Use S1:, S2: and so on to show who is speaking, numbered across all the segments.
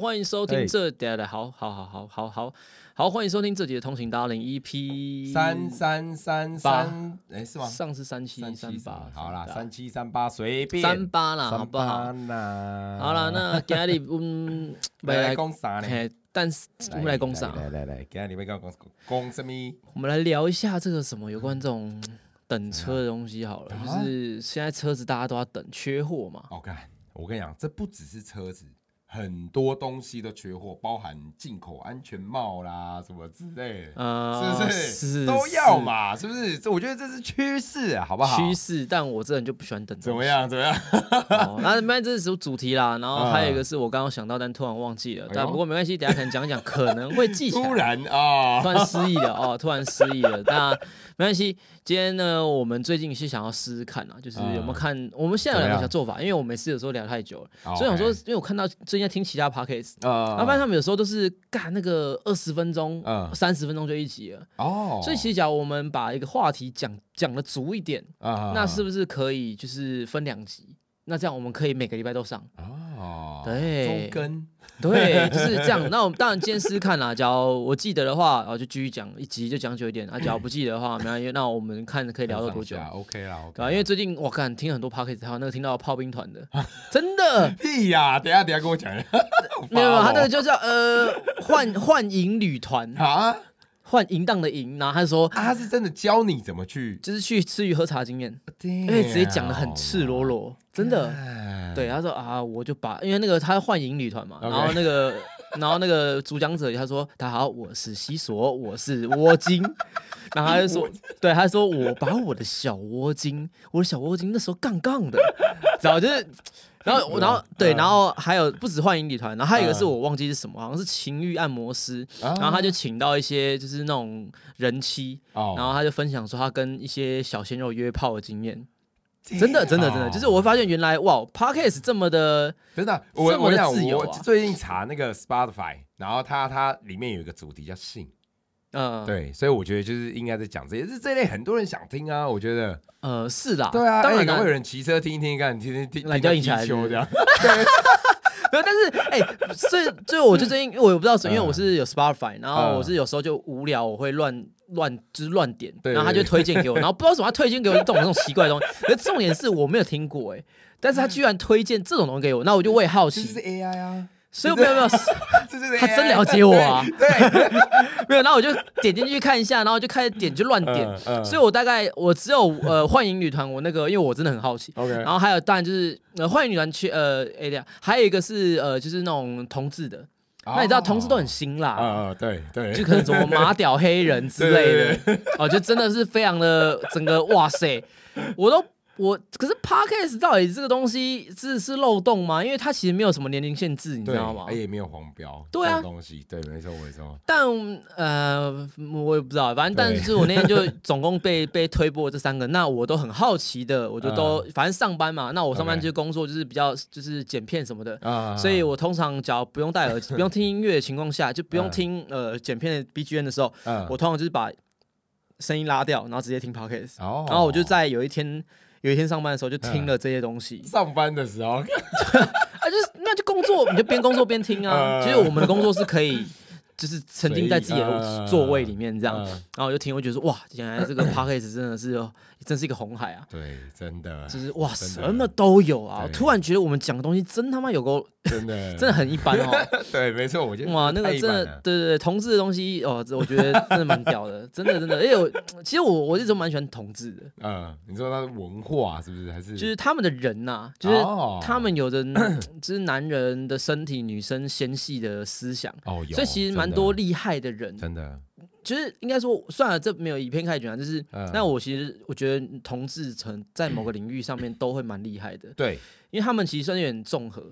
S1: 欢迎收听
S2: 嘿
S1: 这，等一下等一下好好好好好好好，欢迎收听这集的通行达人 E EP
S2: 三三三三，哎，是吗？
S1: 上是三七
S2: 七什
S1: 八
S2: 么，好啦，
S1: 对啊
S2: 三七三八随便，
S1: 三八啦，
S2: 三
S1: 好不好？
S2: 啦，
S1: 好啦，那今日 嗯，
S2: 来来
S1: 来
S2: 讲啥呢？
S1: 嘿，但是我们来攻啥？
S2: 来来来，今天你们讲讲讲什么？
S1: 我们来聊一下这个什么有关这种等车的东西好了，
S2: 嗯啊
S1: 就是现在车子大家都要等，缺货嘛。
S2: 我看，我跟你讲，这不只是车子，很多东西都缺货，包含进口安全帽啦，什么之类的，
S1: 呃，
S2: 是不
S1: 是
S2: 都要，嘛？是不是？这我觉得这是趋势啊，好不好？
S1: 趋势。但我这人就不喜欢等。
S2: 怎么？样？怎么样？
S1: 哦那那这是主题啦，然后
S2: 嗯
S1: 还有一个是我刚刚想到，但突然忘记了。
S2: 哎呦
S1: 但不过没关系，等一下可能讲一讲，可能会记起
S2: 突
S1: 来。
S2: 然啊
S1: 突，然失忆了哦，突然失忆了。那没关系，今天呢，我们最近是想要试试看啊，就是有没有
S2: 嗯
S1: 看我们现在有两个小
S2: 怎么样
S1: 做法，因为我每次有时候聊太久了，
S2: 哦
S1: 所以想说
S2: OK，
S1: 因为我看到最近在听其他 podcast，
S2: 呃，
S1: 然后他们有时候都是干那个二十分钟、
S2: 嗯
S1: 三十分钟就一集了，
S2: 哦，
S1: 所以其实假如我们把一个话题讲讲的足一点，
S2: 啊
S1: 那是不是可以就是分两集？那这样我们可以每个礼拜都上，
S2: 哦，
S1: 对
S2: 周更
S1: 对，就是这样。那我们当然今天试试看啦。假如我记得的话，然后就继续讲一集就讲久一点；啊，假如不记得的话，没关系，那我们看可以聊到多 久
S2: 上，下？OK 啦
S1: 对吧、啊
S2: ，OK
S1: 因
S2: 啦。
S1: 为最近我看听很多 p o c k e t 还有那个听到炮兵团的，真的
S2: 屁呀！等一下等一下跟我讲一 下，
S1: 没有，他那个
S2: 个
S1: 就叫呃幻幻影旅团，
S2: 啊
S1: 幻淫荡的淫，然后他说
S2: 啊，他是真的教你怎么去，
S1: 就是去吃鱼喝茶经验，因
S2: 因
S1: 为直接讲的很赤裸，
S2: 哎
S1: 裸，真的。对，，他说啊，我就把，因为那个他幻影旅团嘛，然
S2: 嗯 OK
S1: 后那个，然后那个主讲者他说，大家好，我是西索，我是窝精，然后他就 说，对，他说我把我的小窝精，我的小窝精那时候杠杠的，然后就是，然后我然
S2: 嗯
S1: 后对，然后还有不止幻影旅团，然后还有一个是我忘记是什么，好像是情欲按摩师，
S2: 然
S1: 然后他就请到一些就是那种人妻，
S2: 哦
S1: 然后他就分享说他跟一些小鲜肉约炮的经验。
S2: 哎
S1: 真的，真的，真的，就是我会发现原来哇，Podcast 这么的
S2: 哦真的，
S1: 这
S2: 我
S1: 么
S2: 我
S1: 的
S2: 讲
S1: 自由
S2: 我
S1: 啊
S2: 最近查那个 Spotify，然后它它里面有一个主题叫性，
S1: 呃，
S2: 对，所以我觉得就是应该在讲这些，是这类很多人想听啊，我觉得，
S1: 呃，是啦，
S2: 对啊，
S1: 当然
S2: 哎搞不好有
S1: 啦，
S2: 人骑车听一听看，听听听，
S1: 懒
S2: 听
S1: 觉
S2: 到
S1: 引起来
S2: 踢球
S1: 是不是
S2: 这样，
S1: 没有，但是哎，所以所以我就最近我也不知道是，因为
S2: 嗯
S1: 我是有 Spotify，然后
S2: 嗯
S1: 我是有时候就无聊，我会乱乱就是乱点，
S2: 对
S1: 然后他就
S2: 对对
S1: 推荐给我，然后不知道为什么他推荐给我这种这种奇怪的东西， 可是重点是我没有听过哎，但是他居然推荐这种东西给我，那我就我也好
S2: 这 就是
S1: 奇，
S2: AI 啊，
S1: 所以我没有没有。
S2: 这就是 AI
S1: 他真了解我啊
S2: 对，对
S1: 没有，然后我就点进去看一下，然后就开始点就乱点，
S2: 嗯嗯
S1: 所以我大概我只有呃幻影女团，我那个因为我真的很好奇。
S2: 嗯 OK，
S1: 然后还有，当然就是呃，幻影女团缺呃，哎呀，还有一个是呃，就是那种同志的。
S2: 哦
S1: 那你知道同志都很辛辣，
S2: 啊啊，对对，
S1: 就可能什么马屌黑人之 类的，哦，就真的是非常的整个哇塞，我都我可是 podcast 到底这个东西是是漏洞吗？因为它其实没有什么年龄限制，你知
S2: 对
S1: 道吗？
S2: 哎也没有黄标，
S1: 对啊
S2: 这种东西，对，没错没错，
S1: 但呃，我也不知道，反正但
S2: 对
S1: 是我那天 就总共被被推播这三个，那我都很好奇的，我就都、反正上班嘛，那我上班
S2: 嗯 OK
S1: 就工作就是比较就是剪片什么的。
S2: 啊
S1: 所以我通常只要不用戴耳机、不用听音乐的情况下，就不用
S2: 嗯
S1: 听呃剪片的 BGM 的时候，
S2: 嗯
S1: 我通常就是把声音拉掉，然后直接听 podcast。
S2: 哦
S1: 然后我就在有一天有一天上班的时候就听了这些东西，
S2: 上班的时候，
S1: 啊，就是那就工作，你就边工作边 听啊。
S2: 嗯
S1: 其实我们的工作是可以，就是沉浸在自己的
S2: 嗯
S1: 座位里面这样，
S2: 嗯
S1: 然后我就听，我就觉得说哇，原来这个 podcast 真的是哦，真是一个红海啊。
S2: 对，真的，
S1: 就是哇，
S2: 真
S1: 什
S2: 的
S1: 么都有啊！
S2: 对
S1: 我突然觉得我们讲的东西真他妈有够，
S2: 真的
S1: 真的很一般 哦。
S2: 对，没错，我觉得
S1: 哇，那个
S2: 太一
S1: 真的
S2: 般了，
S1: 对对对，同志的东西哦，这我觉得真的蛮屌的，真的真的。而且我其实我我一直蛮喜欢同志的，
S2: 嗯，你说它是文化是不是？还是
S1: 就是他们的人呐、就是
S2: 哦
S1: 他们有着 就是男人的身体，女生纤细的思想。
S2: 哦，有
S1: 所以其实蛮多
S2: 真
S1: 厉害的人
S2: 的，真的，
S1: 就是应该说，算了，这没有以偏概全啊。就是，
S2: 嗯
S1: 那我其实我觉得同志层在某个领域上面都会蛮厉害的，
S2: 对，
S1: 因为他们其实算有点综 合、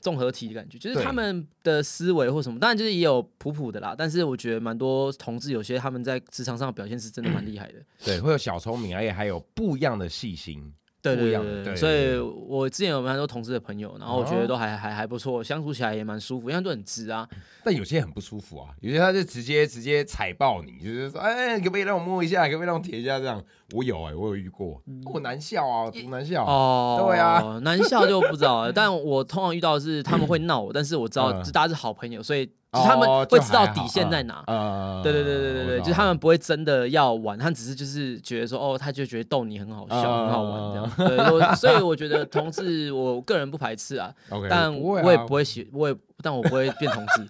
S1: 综合体的感觉，就是
S2: 对
S1: 他们的思维或什么，当然就是也有普普的啦。但是我觉得蛮多同志有些他们在职场上的表现是真的蛮厉害的，
S2: 对，会有小聪明，而且还有不一样的细心。
S1: 对
S2: 不一
S1: 对
S2: 样
S1: 对
S2: 的
S1: 对，
S2: 对
S1: 所
S2: 对
S1: 以
S2: 对哦
S1: 我之前有蛮多同事的朋友，然后我觉得都还还还不错，相处起来也蛮舒服，因为都很直啊。
S2: 但有些很不舒服啊，有些他就直接直接踩爆你，就是说，哎、可不可以让我摸一下？可不可以让我舔一下？这样，我有哎、我有遇过，
S1: 嗯
S2: 我难笑啊，我多难笑啊。
S1: 哦，
S2: 对啊，
S1: 难笑就不知 道了。但我通常遇到的是他们会闹我，但是我知道
S2: 嗯
S1: 就大家是好朋友，所以就
S2: 哦
S1: 他们会知道
S2: 就还好
S1: 底线在哪。
S2: 呃，
S1: 哦对对对对对对，就是他们不会真的要玩，他们只是就是觉得说，哦，他就觉得逗你很好笑，
S2: 嗯
S1: 很好玩这样。对，我所以我觉得同志，我个人不排斥 啊，
S2: o k
S1: 但
S2: 不会、啊，
S1: 我也不会喜，我也但我不会变同 志，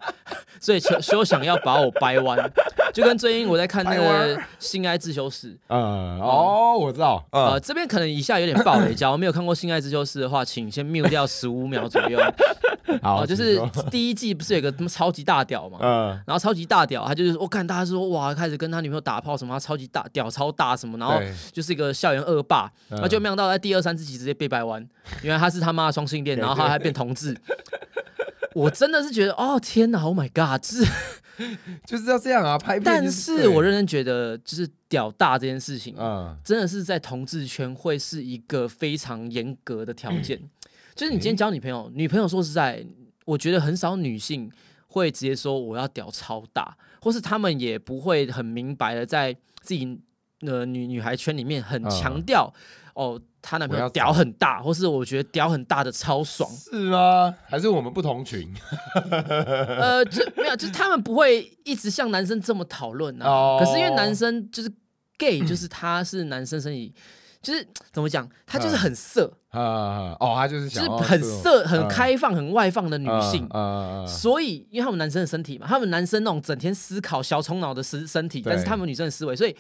S1: 所以休休想要把我掰弯，就跟最近我在看那
S2: 掰
S1: 个
S2: 弯
S1: 《性爱自修室》
S2: 嗯，哦，我知道，
S1: 呃，
S2: 嗯，
S1: 这边可能以下有点爆雷，假如没有看过《性爱自修室》的话，请先 mute 掉十五秒左右。
S2: 好，
S1: 啊，就
S2: 请
S1: 是
S2: 说
S1: 第一季不是有个他妈超级大屌嘛？
S2: 嗯，
S1: 然后超级大屌，他就是我看大家说哇，开始跟他女朋友打炮什么，他超级大屌超大什么，然后
S2: 对
S1: 就是一个校园恶霸，
S2: 嗯
S1: 然后就没想到在第二三四集直接被掰弯，原来他是他妈的双性恋，然后他还变同 志。我真的是觉得，哦天哪，Oh my god！这
S2: 就是要这样啊，拍片就。
S1: 但是我
S2: 认，
S1: 认真觉得，就是屌大这件事情，
S2: 嗯，
S1: 真的是在同志圈会是一个非常严格的条件。
S2: 嗯
S1: 就是你今天交女朋友，女朋友说实在，我觉得很少女性会直接说我要屌超大，或是她们也不会很明白的在自己呃女女孩圈里面很
S2: 嗯
S1: 强调、哦，她男朋
S2: 我
S1: 友
S2: 要
S1: 屌很大，或是我觉得屌很大的超爽。
S2: 是吗？还是我们不同群？
S1: 呃，就没有，就是他们不会一直像男生这么讨论啊。
S2: 哦
S1: 可是因为男生就是 gay，就是他是男生生理，就是怎么讲，他就是很色。
S2: 啊、哦，他就是
S1: 就
S2: 嗯想
S1: 是
S2: 要
S1: 很
S2: 这种
S1: 色、很
S2: 嗯
S1: 开放、很外放的女性。
S2: 嗯嗯嗯嗯
S1: 所以，因为他们男生的身体嘛，他们男生那种整天思考小虫脑的身身体，
S2: 对
S1: 但是他们女生的思维，所以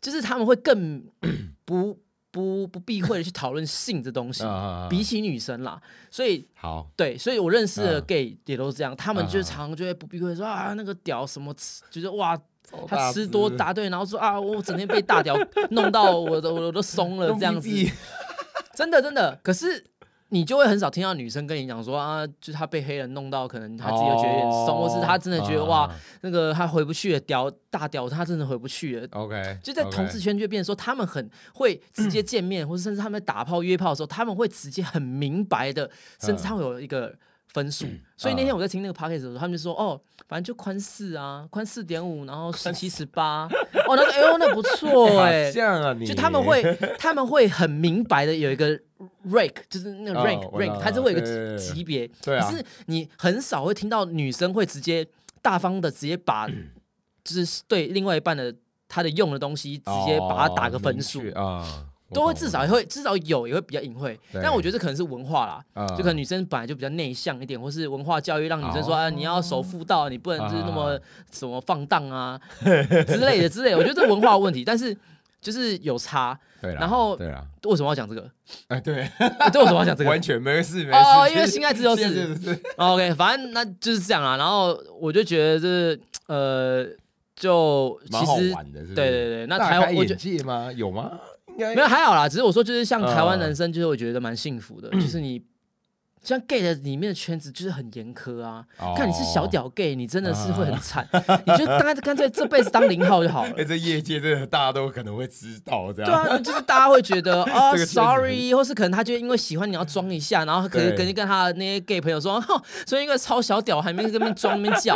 S1: 就是他们会更不不不避讳的去讨论性这东西
S2: 嗯，嗯嗯
S1: 比起女生啦。所以，
S2: 好，
S1: 对，所以我认识的
S2: 嗯
S1: gay 也都是这样，他们就
S2: 嗯嗯
S1: 常常就会不避讳说啊，那个屌什么吃，就是哇，他
S2: 大
S1: 吃多
S2: 只
S1: 大对，然后说啊，我整天被大 屌弄到我的我都松了
S2: 用
S1: 这样子。
S2: BB
S1: 真的真的，可是你就会很少听到女生跟你讲说啊，就是她被黑人弄到，可能她自己就觉得有点松，
S2: 哦
S1: 或是她真的觉得、哇
S2: 啊，
S1: 那个她回不去了，屌大屌她真的回不去了。
S2: ，OK，
S1: 就在同
S2: OK
S1: 志圈就变成说，他们很会直接见面，或是甚至他们打炮约炮的时候，他们会直接很明白的，甚至他们有一个分数。所以那天我在听那个 podcast 的时候，他们就说：“哦，反正就宽四啊，宽四点五，然后十七十八。18 ”哦，那个哎呦，那不 错
S2: 好
S1: 哎、
S2: 像啊你，
S1: 就他们 会，他们会很明白的有一个 rank，就是那个
S2: 哦
S1: rank、
S2: 我知
S1: rank，
S2: 道
S1: 它是会有一
S2: 对对
S1: 个
S2: 对对
S1: 级别。
S2: 对啊
S1: 可是你很少会听到女生会直接大方的直接 把，就是对另外一半的他的用的东西直接把它打个分数，
S2: 啊、哦明确嗯
S1: 都会至少会至少有也会比较隐晦。
S2: 对
S1: 但我觉得这可能是文化啦。
S2: 我懂我啊懂
S1: 就可能女生本来就比较内向一点，或是文化教育让女生说、
S2: 嗯哦
S1: 啊，你要守妇道，你不能就是那么
S2: 啊
S1: 什么放荡啊之类的之类的。我觉得这文化问题，但是就是有差。
S2: 对啦
S1: 然后
S2: 对啦，
S1: 为什么要讲这个？
S2: 哎对，
S1: 对，为什么要讲这个
S2: 完全没事没事
S1: 哦因为性爱自由
S2: 是
S1: 是
S2: 是是
S1: ？OK，反正那就是这样啦。然后我就觉得这呃，就其
S2: 蛮好
S1: 实
S2: 玩的，是不是
S1: 对对对，那
S2: 大
S1: 台
S2: 开
S1: 湾我觉
S2: 眼
S1: 得。
S2: 界吗？有吗？应该
S1: 没有还好啦，只是我说就是像台湾
S2: 嗯
S1: 男生，就是我觉得蛮幸福的， 就是你像 gay 的里面的圈子就是很严苛啊，
S2: 哦
S1: 看你是小屌 gay，你真的是会很 惨，你就大概干脆这辈子当零号就好了
S2: 哎、。这业界真的大家都可能会知道这样。
S1: 对啊，就是大家会觉 得啊
S2: 这个确实
S1: ，sorry，或是可能他就因为喜欢你要装一下，然后可能
S2: 对
S1: 可能跟他的那些 gay 朋友说，哦，所以一个超小屌还没跟那边装那边 叫，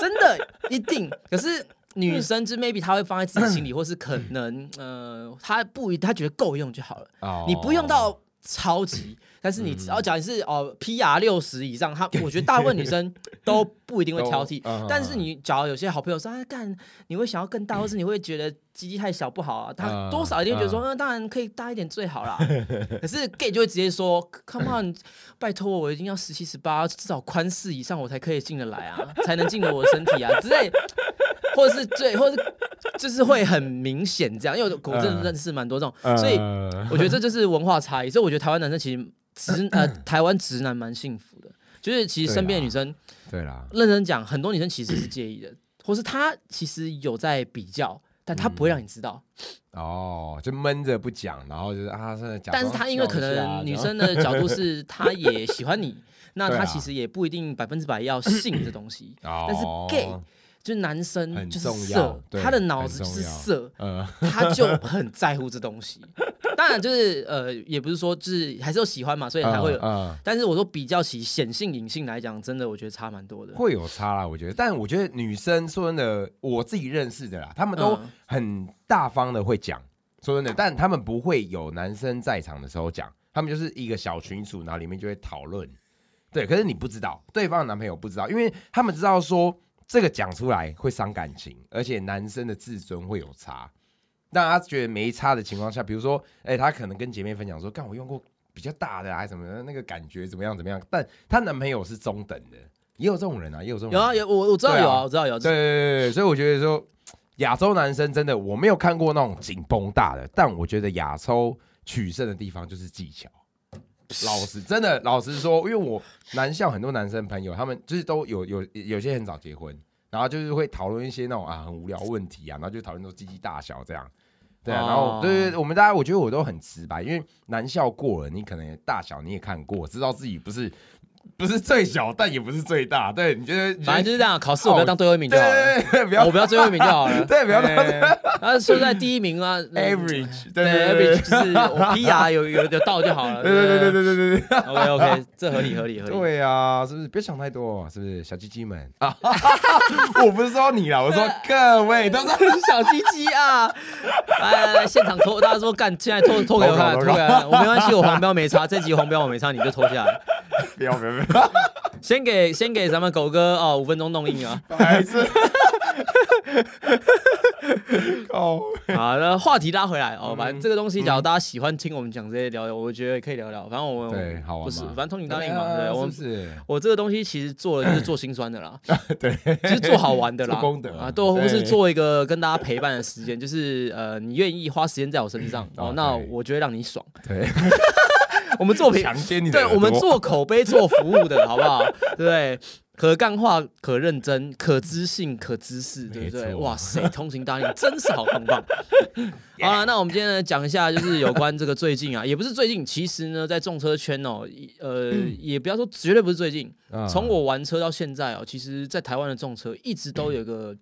S1: 真的一定。可是女生就 maybe 她会放在自己心里，或是可能呃，她不一她觉得够用就好了，
S2: 哦嗯
S1: 你不用到超 级，但是你只要讲你是哦 PR 六十以上，她我觉得大部分女 生都不一定会挑剔
S2: 都嗯嗯嗯，
S1: 但是你假如有些好朋友说啊干，你会想要 更大，或是你会觉得鸡鸡太小不好啊，他
S2: 嗯
S1: 多少一定会觉得说，嗯，当然可以大一点最好 啦。可是 gay 就会直接说，Come on，拜托我一定要十七十八，至少宽四以上我才可以进得 来啊，才能进得我的身体啊之类，或者是最，或者是就是会很明显这样，因为我真的
S2: 嗯
S1: 认识蛮多这种，
S2: 呃
S1: 所以我觉得这就是文化差异，所以我觉得台湾男生其实直呃台湾直男蛮幸福的，就是其实身
S2: 啊
S1: 边的女生
S2: 对啦，
S1: 认真讲，很多女生其实是介意的，或是她其实有在比较，但她
S2: 嗯
S1: 不会让你知道，
S2: 哦，就闷着不讲，然后就是啊，现在讲，
S1: 但是她因为可能女生的 角度是她也喜欢你，那
S2: 啊对啊，
S1: 她其实也不一定百分之百要性这东西
S2: 哦，
S1: 但是 gay 就是男生
S2: 很
S1: 就是
S2: 重要
S1: 色，
S2: 对
S1: 他的脑子
S2: 很
S1: 就
S2: 重
S1: 是
S2: 要
S1: 色，
S2: 呃，
S1: 他就很在乎这东西。 当然就是呃，也不是说就是还是有喜欢嘛，所以才会有。
S2: 啊、
S1: 但是我说比较起显性隐性来讲，真的我觉得差蛮多的。
S2: 会有差啦，我觉得。但我觉得女生说真的，我自己认识的啦，他们都
S1: 嗯
S2: 很大方的会讲，说真的，但他们不会有男生在场的时候讲，他们就是一个小群组，然后里面就会讨论。对，可是你不知道，对方的男朋友不知道，因为他们知道说这个讲出来会伤感情，而且男生的自尊会有差。让他觉得没差的情况下，比如说，哎、她可能跟姐妹分享说，干我用过比较大的啊，什么的，那个感觉怎么样怎么样，但她男朋友是中等的，也有这种人啊，也有这种人
S1: 有啊有，我我知道有
S2: 对
S1: 啊，
S2: 啊
S1: 我知道有啊。
S2: 对对对对，所以我觉得说亚洲男生真的我没有看过那种紧绷大的，但我觉得亚洲取胜的地方就是技 巧。老实真的老实说，因为我男校很多男生朋友，他们就是都有有有些很早结婚，然后就是会讨论一些那种啊很无聊问题啊，然后就讨论说鸡鸡大小这样。对啊，然后
S1: 哦
S2: 对对对，我们大家我觉得我都很直白，因为男校过了，你可能大小你也看过，知道自己不是不是最小，但也不是最大。对，你觉得
S1: 反正就是这样，考试我不要当最后一名就
S2: 对
S1: 好了，
S2: 对对，不
S1: 我
S2: 要
S1: 不要最后一名就好了。
S2: 对不 要
S1: 哎然后说在第一名啊
S2: average，对
S1: 对
S2: 对
S1: average
S2: 对
S1: 就是 我 PR 有有有到就好了。
S2: 对对对对对对
S1: OK OK，这合理合理合
S2: 对，
S1: 理。
S2: 对啊，是不是？别想太多，是不是？小鸡鸡们啊，我不是说你啦，我说各位都是。
S1: 小鸡鸡啊！来来来，哎现场脱，大家说干，现在脱脱给我看，
S2: 投
S1: 脱
S2: 稿
S1: 给我看，我没关系，我黄标没差，这集黄标我没差，你就脱下来。
S2: 不要不要不要，
S1: 先给先给咱们狗哥哦，五分钟弄硬啊！
S2: 还是哦，
S1: 好，那话题拉回来哦，
S2: 嗯
S1: 反正这个东西，假如大家喜欢听我们讲这些聊聊，我觉得也可以聊聊。反正我们
S2: 对，好玩
S1: 不是，
S2: 吗
S1: 反正通情达理
S2: 对
S1: 嘛，
S2: 啊
S1: 对，我
S2: 是不
S1: 们
S2: 是？
S1: 我这个东西其实做的就是做 心酸的啦，
S2: 对，
S1: 就是做好玩的啦，
S2: 做功德
S1: 啊，对，或是
S2: 对
S1: 做一个跟大家陪伴的时间，就是呃，你愿意花时间在我身上，
S2: 啊
S1: 哦，那
S2: 对
S1: 我就会让你爽。
S2: 对，
S1: 我们作品
S2: 强奸你的
S1: 对
S2: 耳朵，
S1: 我们做口碑、做服务的好不 好？对不对？可干话、可认真、可知性、可知识，对不
S2: 没
S1: 对？
S2: 错
S1: 哇塞，通情达理，真是好棒 棒！好了，那我们今天呢讲一下，就是有关这个最近啊，也不是最近，其实呢，在重车圈哦，一呃，也不要说绝对不是最近，
S2: 嗯
S1: 从我玩车到现在哦，其实，在台湾的重车一直都有一个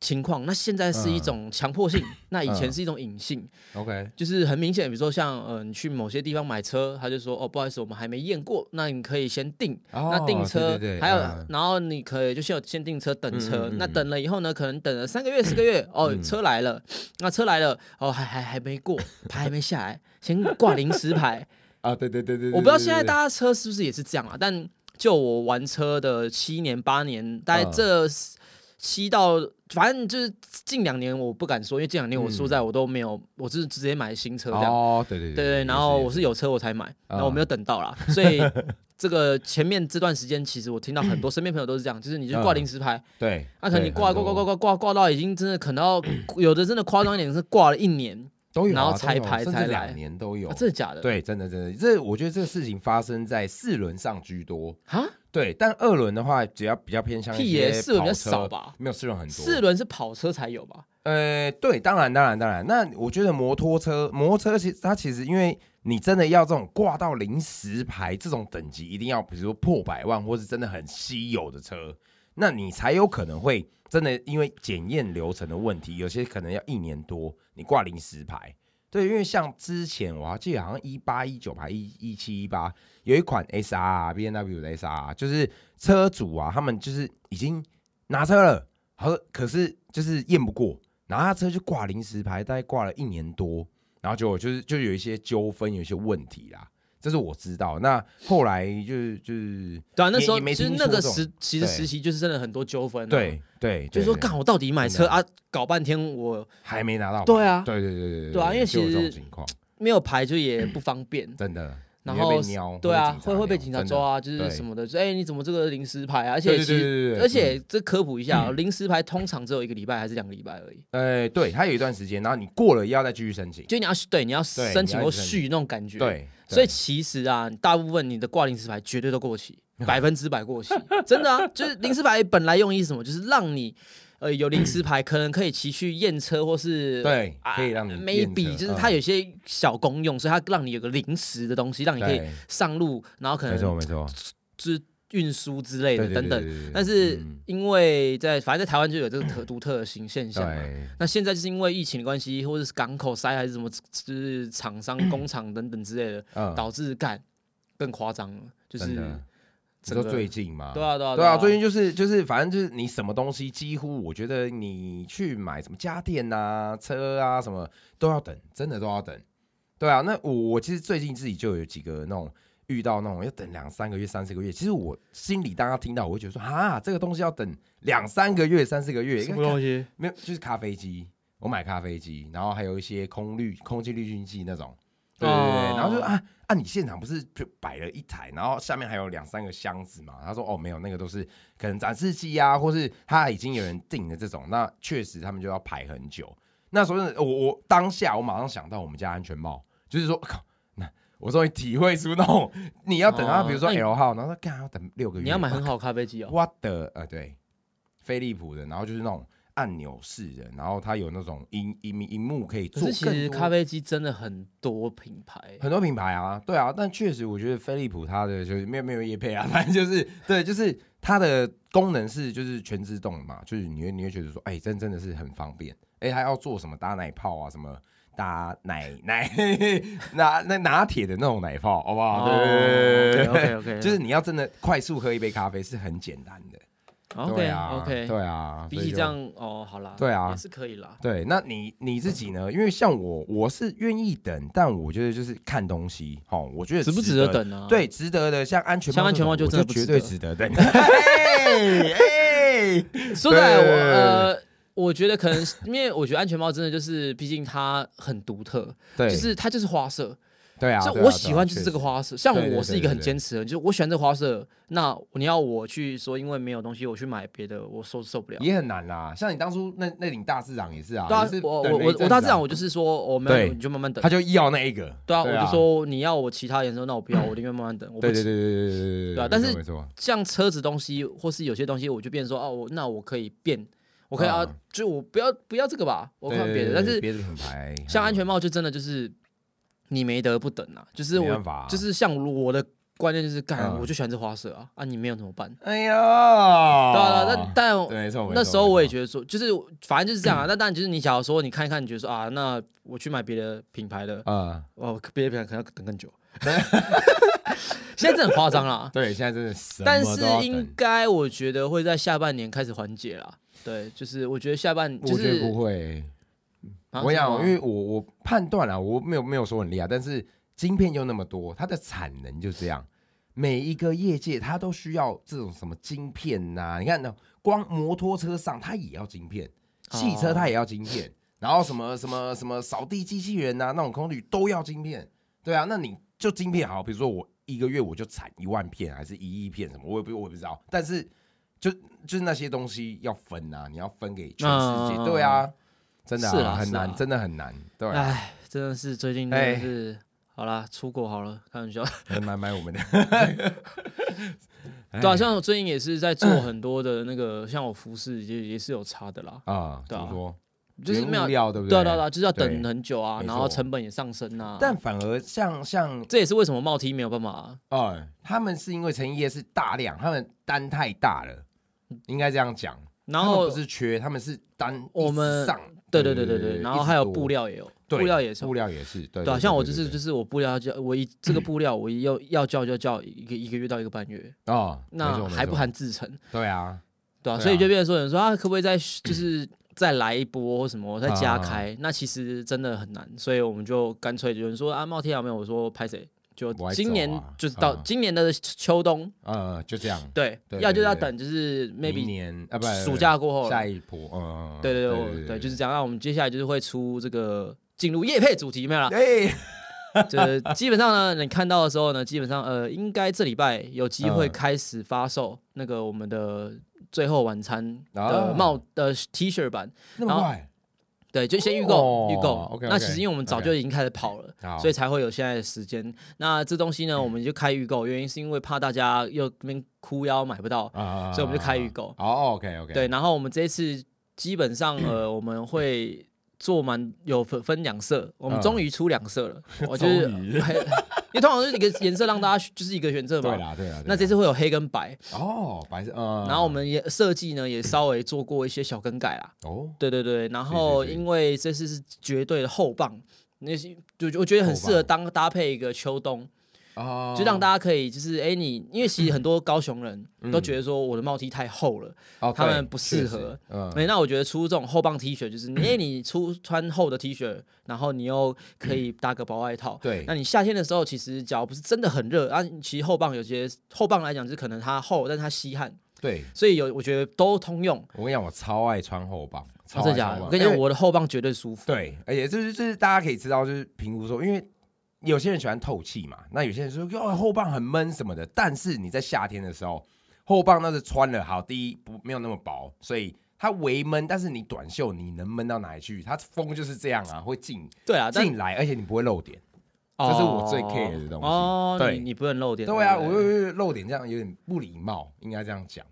S1: 情况，那现在
S2: 嗯
S1: 是一种强迫 性，那以前是一种隐性。
S2: OK，
S1: 就是很明显，比如说像嗯、呃，你去某些地方买车，他就说哦，不好意思，我们还没验过，那你可以先订。那
S2: 哦
S1: 订车
S2: 对对对
S1: 还有，
S2: 嗯
S1: 然后你可以就先有先订车等车。
S2: 嗯嗯嗯嗯嗯
S1: 那等了以后呢，可能等了三个月、四个 月，哦，车来了，那车来了，哦，还还还没 过，牌还没下来，先挂临时牌。
S2: 啊，对对对对，
S1: 我不知道现在
S2: 大。
S1: 大家车是不是也是这样啊？但就我玩车的七年八年，大概
S2: 嗯
S1: 这七到反正就是近两年，我不敢说，因为近两年我说
S2: 嗯
S1: 在我都没有，我就是直接买新车这样。
S2: 哦，对对对啊
S1: 对对，然后我是有车我才买，然后我没有等到啦，所以这个前面这段时间，其实我听到很多身边朋友都是这样，就是你就挂
S2: 嗯
S1: 临时牌，
S2: 对，
S1: 那可能你挂挂挂挂挂挂挂到已经真的可能 要有的真的夸张一点是挂了一年，
S2: 都有啊，
S1: 然后
S2: 都
S1: 彩
S2: 有
S1: 排
S2: 甚
S1: 才
S2: 至
S1: 来
S2: 两年都有
S1: 啊，真的假的？
S2: 对，真的真的，这我觉得这个事情发生在四轮上居多，
S1: 啊，
S2: 对，但二轮的话，只要比较偏向一
S1: 屁
S2: 些
S1: 耶，四轮比较
S2: 跑车
S1: 少，吧？
S2: 没有四轮很多，
S1: 四轮是跑车才有吧？
S2: 呃，对，当然，当然，当然。那我觉得摩托车，摩托车其实它其实因为你真的要这种挂到零十牌这种等级，一定要比如说破百万或是真的很稀有的车，那你才有可能会真的因为检验流程的问题，有些可能要一年多你挂零十牌。对，因为像之前我还记得好像一八一九牌一一七一八有一款 S R B N W 的 S R，就是车主啊，他们就是已经拿车了，和可是就是验不过，然后他车就挂临时牌，大概挂了一年多，然后结果就是就有一些纠纷，有一些问题啦，这是我知道。那后来就是就是
S1: 对啊，那时候
S2: 也也没
S1: 其实
S2: 听
S1: 那个
S2: 说这
S1: 时其实
S2: 对
S1: 时期就是真的很多纠纷，，啊
S2: 对对，
S1: 就是
S2: 对
S1: 说
S2: 对
S1: 干我到底买
S2: 真
S1: 车
S2: 的
S1: 啊，搞半天我
S2: 还没拿到牌，
S1: 对啊
S2: 对对对对
S1: 对啊因为其
S2: 就有这
S1: 实
S2: 种情况
S1: 没有牌就也不方便，
S2: 真的，
S1: 然
S2: 你会
S1: 后
S2: 被瞄
S1: 对啊，会会被
S2: 瞄
S1: 警察
S2: 真的
S1: 抓啊，就是
S2: 对
S1: 什么的，就哎、你怎么这个临时牌啊？而且
S2: 对
S1: 其
S2: 对
S1: 实
S2: 对对对，嗯
S1: 而且这科普一下 哦，临时牌通常只有一个礼拜还是两个礼拜而已，
S2: 呃，对，它有一段时间，然后你过了要再继续申请，
S1: 就你要对你要
S2: 对
S1: 申请
S2: 你要
S1: 或
S2: 申
S1: 续那种感觉。，
S2: 对，
S1: 所以
S2: 对
S1: 其实啊，大部分你的挂临时牌绝对都过 期，百分之百过期，真的啊，就是临时牌本来用意是什么？就是让你呃有临时牌，可能可以骑去验车或是。
S2: 对
S1: 啊，
S2: 可以让你验车
S1: ，maybe 就是
S2: 嗯
S1: 它有些小功用，所以它让你有个临时的东西，让你可以
S2: 对
S1: 上路，然后可
S2: 没
S1: 能
S2: 错没错，
S1: 就是运输之类的
S2: 对对
S1: 等
S2: 对
S1: 等
S2: 对对对。
S1: 但是
S2: 嗯
S1: 因为在反正在台湾就有这个特独特的新现象嘛，
S2: 对，
S1: 那现在就是因为疫情的关系，或者是港口塞还是什么，就是厂商、工厂等等之类的，
S2: 嗯，
S1: 导致干更夸张了，就是
S2: 真的你
S1: 整个
S2: 说最近嘛，
S1: 对啊对啊
S2: 对啊，最
S1: 近
S2: 近就是就是，反正就是你什么东西，几乎我觉得你去买什么家电啊、车啊什么都要等，真的都要等。对啊，那我我其实最近自己就有几个那种遇到那种要等两三个月、三四个月，其实我心里当他听到，我会觉得说啊，这个东西要等两三个月、三四个月，
S1: 什么东西？
S2: 没有，就是咖啡机，我买咖啡机，然后还有一些空滤、空气滤净器那种。对对对，
S1: 哦
S2: 然后就啊啊，你现场不是就摆了一台，然后下面还有两三个箱子嘛？他说哦，没有，那个都是可能展示机啊，或是他已经有人订的这种，那确实他们就要排很久。那时候真的我我当下我马上想到我们家安全帽，就是说靠，那我终于体会出那种你要等
S1: 哦
S2: 他，比如说
S1: 那你
S2: L 号，然后说干要等六个月，
S1: 你要买很好的咖啡机哦，
S2: 我的呃对，飞利浦的，然后就是那种按钮式的，然后它有那种荧荧荧幕可以
S1: 可
S2: 做
S1: 是其实
S2: 更多
S1: 咖啡机真的很多品牌，
S2: 很多品牌啊，对啊，但确实我觉得飞利浦它的就是没有没有叶配啊， 反正就是对，就是它的功能是就是全自动的嘛，就是你会你会觉得说，哎、真真的是很方便，哎、还要做什么打奶泡啊什么。打奶奶 拿那拿铁的那种奶泡，好不好？对对对对对
S1: OK OK，
S2: 就是你要真的快速喝一杯咖啡是很简单的。对
S1: OK
S2: 啊
S1: OK，
S2: 对啊，
S1: 比
S2: 所以
S1: 起
S2: 就
S1: 这样哦，好啦，
S2: 对啊
S1: 也是可以啦。
S2: 对，那你你自己呢？因为像我，我是愿意等，但我觉得就是看东西，哦，我觉得
S1: 值不值
S2: 得
S1: 得？等啊？
S2: 对，值得的，像安全帽这种，
S1: 像安全帽就
S2: 我
S1: 真的不
S2: 绝
S1: 值
S2: 对
S1: 得
S2: 值得等。哎哎，
S1: 说实在，我
S2: 对对对对
S1: 呃，我觉得可能是因为我觉得安全帽真的就是，毕竟它很独特，
S2: 对，
S1: 就是它就是花色，
S2: 对啊，
S1: 就
S2: 对啊
S1: 我
S2: 对啊
S1: 喜欢就
S2: 确
S1: 是这个
S2: 实
S1: 花色。像
S2: 对对
S1: 我
S2: 对
S1: 是一个很
S2: 对对
S1: 坚持的人，就是我喜欢这个花色，那你要我去说因为没有东西我去买别的，我受受不了。
S2: 也很难啦。像你当初那那领大市长也是啊，
S1: 对啊
S2: 也是，
S1: 我
S2: 等
S1: 我
S2: 了一
S1: 我我
S2: 阵
S1: 大
S2: 子
S1: 致
S2: 啊
S1: 上我就是说哦我没有
S2: 对
S1: 你就慢慢等
S2: 他。就要那一个，
S1: 对啊，我就说你要我其他颜色，那我不要，我宁愿慢慢等。我不
S2: 嗯对，对对对对对对对
S1: 对啊
S2: 没
S1: 但
S2: 错
S1: 是
S2: 没错，
S1: 像车子东西或是有些东西，我就变成说哦，我那我可以变，我可以
S2: 嗯
S1: 啊，就我不要不要这个吧，我
S2: 对
S1: 看
S2: 对
S1: 别的。
S2: 对
S1: 但
S2: 对
S1: 是
S2: 别的品牌
S1: 像安全
S2: 帽，
S1: 帽就真的就是你没得不等啊，就是
S2: 没
S1: 我
S2: 办法啊
S1: 就是像我的观念就是干，
S2: 嗯
S1: 我就喜欢这花色啊啊，你没有怎么办？
S2: 哎呀，
S1: 对啊，对啊但但
S2: 哦对没错，没
S1: 那
S2: 错
S1: 时候
S2: 没
S1: 我也
S2: 错
S1: 觉得说，就是反正就是这样 啊。那当然就是你假如说你看一看，你觉得说啊，那我去买别的品牌的，
S2: 啊、
S1: 哦，别的品牌可能要等 更久。现在真的很夸张啦，
S2: 对，现在真的什么
S1: 但
S2: 都
S1: 是
S2: 要
S1: 应
S2: 等
S1: 该我觉得会在下半年开始缓解啦。对，就是我觉得下半就
S2: 我觉
S1: 是
S2: 得不会。
S1: 啊
S2: 我
S1: 什
S2: 想
S1: 么，
S2: 因为我我判断啊，我没有没有说很厉害，但是晶片又那么多，它的产能就这样，每一个业界它都需要这种什么晶片呐、你看呢，光摩托车上它也要晶片，
S1: 哦
S2: 汽车它也要晶片，然后什么什么什么扫地机器人呐、那种空滤都要晶片。对啊，那你就晶片好，比如说我一个月我就产一万片还是一亿片什么，我也不我也不知道，但是就就是那些东西要分啊，你要分给全世界，
S1: 嗯
S2: 对啊，真的、
S1: 是啊
S2: 很难，
S1: 是啊
S2: 真的很难，对、啊，
S1: 哎，真的是最近真的是好啦，出国好了，开玩笑。
S2: 买买我 们的，
S1: 对啊，像我最近也是在做很多的那个， 像我服饰也也是有差的啦，
S2: 啊，
S1: 对
S2: 怎
S1: 啊
S2: 么说？
S1: 就是没
S2: 原
S1: 有
S2: 物料，对不
S1: 对啊
S2: 对
S1: 对啊对啊，就是要等
S2: 对
S1: 很久啊，
S2: 没
S1: 然后
S2: 错
S1: 成本也上升啊。
S2: 但反而像像
S1: 这也是为什么帽 T 没有办法啊，
S2: 呃，他们是因为成衣业是大量，他们单太大了，应该这样讲。
S1: 然
S2: 他
S1: 后
S2: 们不是缺，他们是单
S1: 我们
S2: 一直上，
S1: 对对对对对，然后还有布
S2: 料，
S1: 料也有，
S2: 对
S1: 布料也是
S2: 布。料也是，对
S1: 对啊，像我就是
S2: 对
S1: 就是我布料叫我一这个布料我一要要叫就叫一个一个月到一个半月，
S2: 哦，没
S1: 那
S2: 错
S1: 还不？
S2: 没
S1: 含制成，
S2: 错对啊，
S1: 对啊，
S2: 对啊嗯
S1: 所以就变成说有人说啊，可不可以再就是再来一波或什么再加
S2: 啊
S1: 开？那其实真的很难，所以我们就干脆有人说啊，冒天有没有？我说拍谁？就
S2: 我还
S1: 今
S2: 走
S1: 年
S2: 啊
S1: 就是到
S2: 啊
S1: 今年的秋冬，
S2: 呃，就这样。
S1: 对，
S2: 对
S1: 要就
S2: 对
S1: 要
S2: 对
S1: 等就是
S2: 明
S1: maybe
S2: 年啊，不，
S1: 暑假过后了，
S2: 下一波，嗯，
S1: 对对对对，就是这样。那啊我们接下来就是会出这个进入夜配主题， 没有啦，
S2: 对，哎，
S1: 就是基本上呢，你看到的时候呢，基本上呃，应该这礼拜有机会
S2: 嗯
S1: 开始发售那个我们的《最后晚餐》
S2: 啊
S1: 的帽的 T 恤版，
S2: 那么
S1: 然后
S2: 快，
S1: 对，就先预
S2: 哦
S1: 购预购。
S2: OK，OK，
S1: 那其实因为我们早就已经开始跑了。
S2: 好嗯
S1: 所以才会有现在的时间。那这东西呢，我们就开预购，原因是因为怕大家又那边哭腰买不到，
S2: 啊，
S1: 所以我们就开预购
S2: 哦，OK OK，
S1: 对，然后我们这一次基本上呃，我们会做蛮有分分两色，我们
S2: 嗯
S1: 终于出两色了。我就是
S2: 终于
S1: 嘿 因为通常就是一个颜色让大家就是一个选择
S2: 对
S1: 嘛。
S2: 啦对啦。
S1: 那这
S2: 次
S1: 次会有黑跟白，
S2: 哦，白色，嗯，
S1: 然后我们也设计呢也稍微做过一些小更改啦。
S2: 哦，
S1: 对对对，然后
S2: 是
S1: 因为这次是绝对的后棒，那些就我觉得很适合
S2: 后
S1: 当搭配一个秋冬，
S2: 哦，嗯
S1: 就让大家可以就是哎你，因为其实很多高雄人都觉得说我的帽 T 太厚了，
S2: 哦
S1: 他们
S2: 对
S1: 不适
S2: 确实
S1: 合
S2: 嗯，
S1: 哎，那我觉得出这种厚棒 T 恤，就是你哎你出穿厚的 T 恤，然后你又可以搭个薄外套，
S2: 对
S1: 那，你夏天的时候，其实脚不是真的很热啊，其实后棒有些后棒来讲，就是可能它厚，但是它吸汗，
S2: 对，
S1: 所以有我觉得都通用。
S2: 我跟你讲，我超爱穿厚棒，超
S1: 哦真
S2: 爱
S1: 的假
S2: 穿
S1: 的？
S2: 厚棒
S1: 我跟你讲，
S2: 因为
S1: 我的后棒绝对舒服。
S2: 对，而且就是就是大家可以知道，就是评估说，因为有些人喜欢透气嘛，那有些人说哟后棒很闷什么的，但是你在夏天的时候，后棒那是穿了好，第一不没有那么薄，所以。它微闷，但是你短袖你能闷到哪里去？它风就是这样啊，会进
S1: 对啊，但
S2: 进来，而且你不会漏点。
S1: 这
S2: 是我最 care 的东西
S1: 哦，
S2: 对
S1: 你你不能露点。
S2: 对啊，
S1: 不
S2: 我又又漏点这样有点不礼貌，应该这样讲。